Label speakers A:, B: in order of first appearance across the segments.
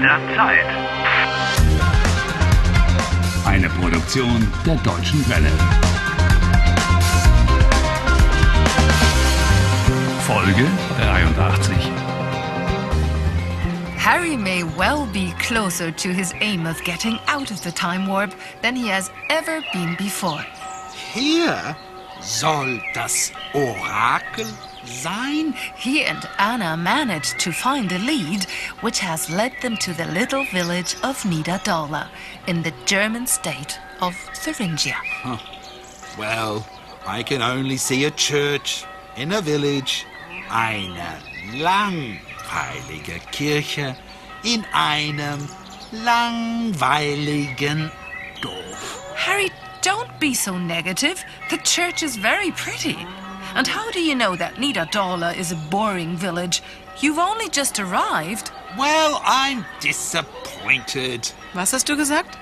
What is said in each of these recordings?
A: der Zeit.
B: Eine Produktion der Deutschen Welle. Folge 83.
C: Harry may well be closer to his aim of getting out of the time warp than he has ever been before.
D: Hier soll das Orakel sein?
C: He and Anna managed to find a lead which has led them to the little village of Nidadala in the German state of Thuringia.
D: Well, I can only see a church in a village. Eine langweilige Kirche in einem langweiligen Dorf.
C: Harry, don't be so negative. The church is very pretty. And how do you know that Nidadala is a boring village? You've only just arrived.
D: Well, I'm disappointed.
C: Was hast du gesagt?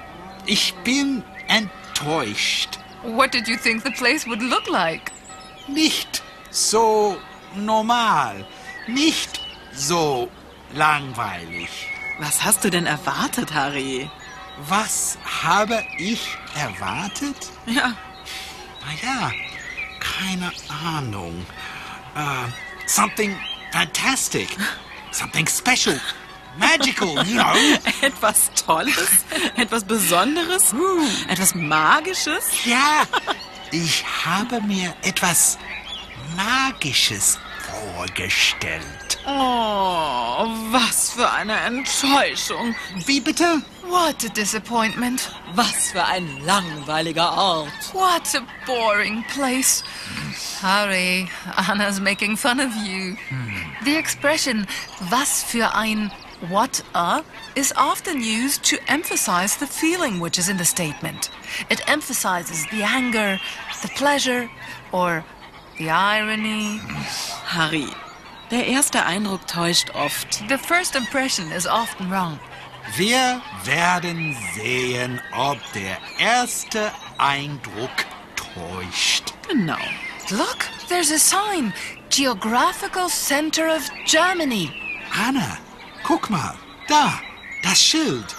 D: Ich bin enttäuscht.
C: What did you think the place would look like?
D: Nicht so normal. Nicht so langweilig.
E: Was hast du denn erwartet, Harry?
D: Was habe ich erwartet?
E: Ja,
D: Naja, keine Ahnung. Äh, something fantastic. Something special. Magical, you know?
E: etwas Tolles, etwas Besonderes, etwas Magisches.
D: Ja, ich habe mir etwas Magisches vorgestellt.
E: Oh, was für eine Enttäuschung.
D: Wie bitte?
C: What a disappointment.
E: Was für ein langweiliger Ort.
C: What a boring place. Harry, Anna's making fun of you. The expression was für ein what a is often used to emphasize the feeling which is in the statement. It emphasizes the anger, the pleasure, or the irony.
E: Harry, der erste Eindruck täuscht oft.
C: The first impression is often wrong.
D: Wir werden sehen, ob der erste Eindruck täuscht.
E: Genau.
C: Look, there's a sign Geographical Center of Germany.
D: Hanna, guck mal, da, das Schild.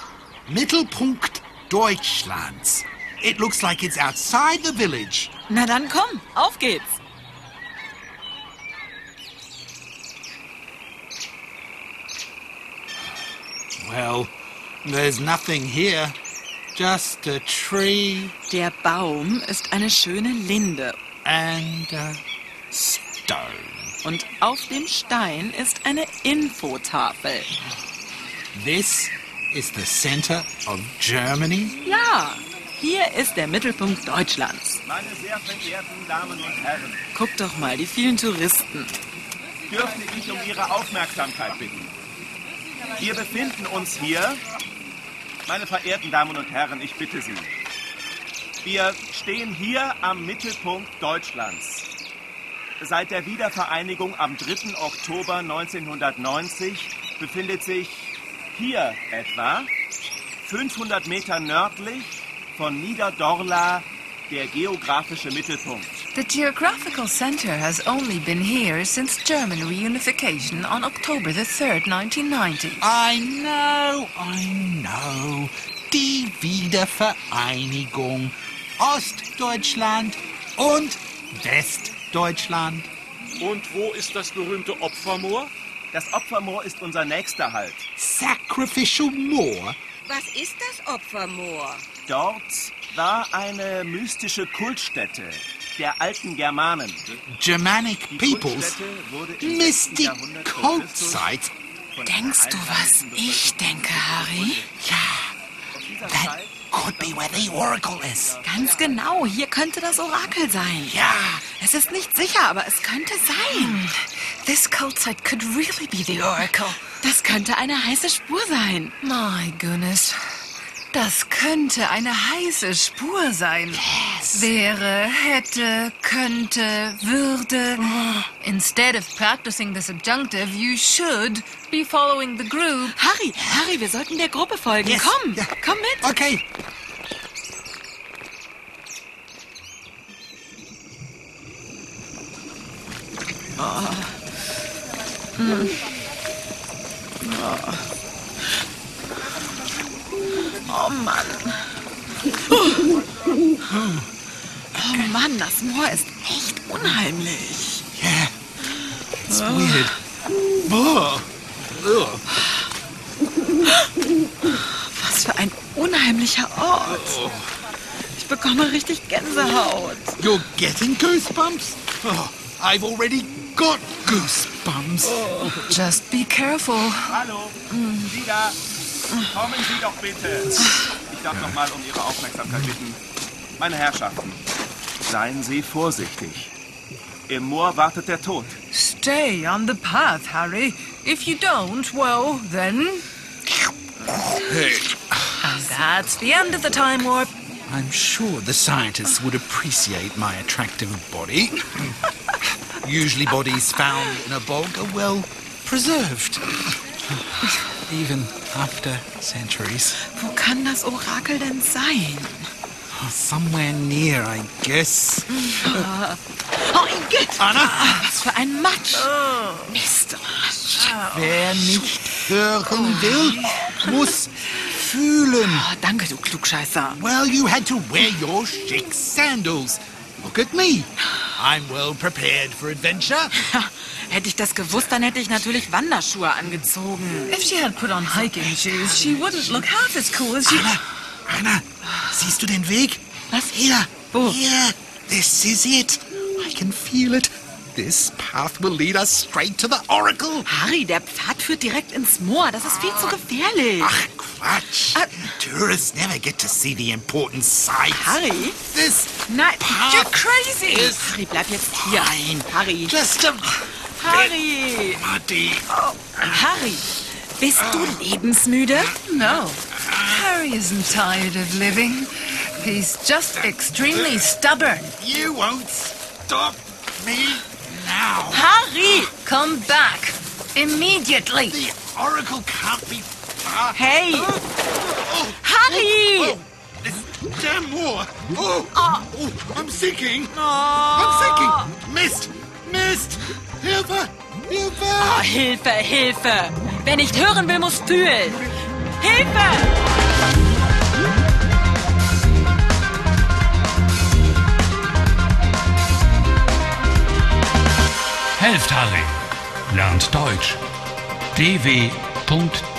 D: Mittelpunkt Deutschlands. It looks like it's outside the village.
E: Na dann komm, auf geht's.
D: Well, there's nothing here. Just a tree
E: Der Baum ist eine schöne Linde
D: and a stone.
E: und auf dem Stein ist eine Infotafel.
D: This is the center of Germany.
E: Ja, hier ist der Mittelpunkt Deutschlands.
F: Meine sehr verehrten Damen und Herren,
E: Guck doch mal, die vielen Touristen.
F: dürfte ich um Ihre Aufmerksamkeit bitten. Wir befinden uns hier, meine verehrten Damen und Herren, ich bitte Sie. Wir stehen hier am Mittelpunkt Deutschlands. Seit der Wiedervereinigung am 3. Oktober 1990 befindet sich hier etwa 500 Meter nördlich von Niederdorla der geografische Mittelpunkt.
C: The geographical center has only been here since German reunification on October the 3rd, 1990.
D: I know, I know. Die Wiedervereinigung. Ostdeutschland und Westdeutschland.
G: Und wo ist das berühmte Opfermoor?
F: Das Opfermoor ist unser nächster Halt.
D: Sacrificial Moor.
H: Was ist das Opfermoor?
F: Dort war eine mystische Kultstätte der alten Germanen.
D: Germanic
F: Die
D: peoples.
F: Kultstätte wurde im sechsten
D: Mystic
F: Jahrhundert vor
D: cult
F: Christus
D: sites.
F: von
E: Denkst du,
F: einer
E: was
F: einheimischen
E: ich denke, Harry?
F: Bevölkerung dieser
D: That
F: Zeit
D: could be where the oracle is.
E: Ganz genau, hier könnte das Orakel sein.
D: Ja.
E: Es ist nicht sicher, aber es könnte sein.
C: This cult site could really be the Oracle.
E: Das könnte eine heiße Spur sein.
C: My goodness. Das könnte eine heiße Spur sein. Yes. Wäre, hätte, könnte, würde. Instead of practicing the subjunctive, you should be following the group.
E: Harry, Harry, wir sollten der Gruppe folgen.
D: Yes.
E: Komm,
D: Ja.
E: komm mit.
D: Okay.
E: Mann. Oh Mann, das Moor ist echt unheimlich.
D: Yeah. It's weird.
E: Ah.
D: Ugh. Ugh.
E: Was für ein unheimlicher Ort. Ich bekomme richtig Gänsehaut.
D: You're getting goosebumps? Oh, I've already got goosebumps.
C: Just be careful.
F: Hallo, Sie da. Kommen Sie doch bitte. Ich darf nochmal um Ihre Aufmerksamkeit bitten. Meine Herrschaften, seien Sie vorsichtig. Im Moor wartet der Tod.
C: Stay on the path, Harry. If you don't, well, then. And that's the end of the time warp.
D: I'm sure the scientists would appreciate my attractive body. Usually, bodies found in a bog are well preserved, even after centuries.
E: Wo kann das Orakel denn sein?
D: Somewhere near, I guess.
E: Oh, Igitt!
D: Anna!
E: Was für ein Matsch!
C: Oh.
E: Mist!
C: Ah.
D: Wer nicht hören will, muss fühlen.
E: Oh, danke, du Klugscheißer.
D: Well, you had to wear your chic sandals. Look at me. I'm well prepared for adventure.
E: Ha, Hätte ich das gewusst, dann hätte ich natürlich Wanderschuhe angezogen.
C: If she had put on hiking shoes, she wouldn't look half as cool as you.
D: Anna, siehst du den Weg?
E: Was?
D: Here.
E: Wo?
D: Here. This is it. I can feel it. This path will lead us straight to the Oracle.
E: Harry, der Pfad führt direkt ins Moor. Das ist viel
C: Ah.
E: zu gefährlich.
D: Ach, Quatsch.
E: Ah.
D: Tourists never get to see the important sights.
E: Harry?
D: This
E: Nein,
D: path
E: you're crazy!
D: is
E: Harry, bleib jetzt hier.
D: fine.
E: Harry.
D: Just a
E: Harry!
D: muddy.
E: Harry, bist du lebensmüde?
C: Ah. No. Harry isn't tired of living. He's just extremely stubborn.
D: You won't stop me now.
E: Harry!
C: Come back immediately.
D: The Oracle can't be far.
E: Hey!
D: Oh,
E: Harry!
D: oh, this damn war. Oh, oh, I'm sinking. I'm sinking. Mist, mist. Hilfe,
E: Oh,
D: Hilfe.
E: Hilfe, Hilfe! Wer nicht hören will, muss fühlen. Hilfe!
B: Helft Harry. Lernt Deutsch. dw.com/harry.